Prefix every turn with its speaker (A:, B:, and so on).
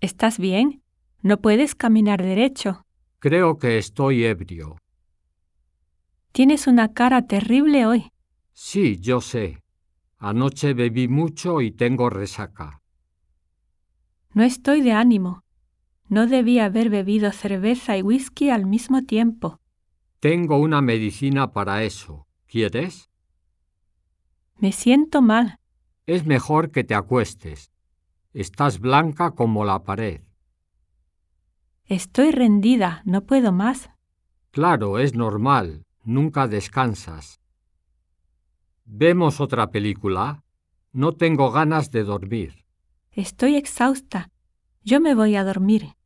A: ¿Estás bien? No puedes caminar derecho.
B: Creo que estoy ebrio.
A: Tienes una cara terrible hoy.
B: Sí, yo sé. Anoche bebí mucho y tengo resaca.
A: No estoy de ánimo. No debía haber bebido cerveza y whisky al mismo tiempo.
B: Tengo una medicina para eso. ¿Quieres?
A: Me siento mal.
B: Es mejor que te acuestes. Estás blanca como la pared.
A: Estoy rendida. No puedo más.
B: Claro, es normal. Nunca descansas. ¿Vemos otra película? No tengo ganas de dormir.
A: Estoy exhausta. Yo me voy a dormir.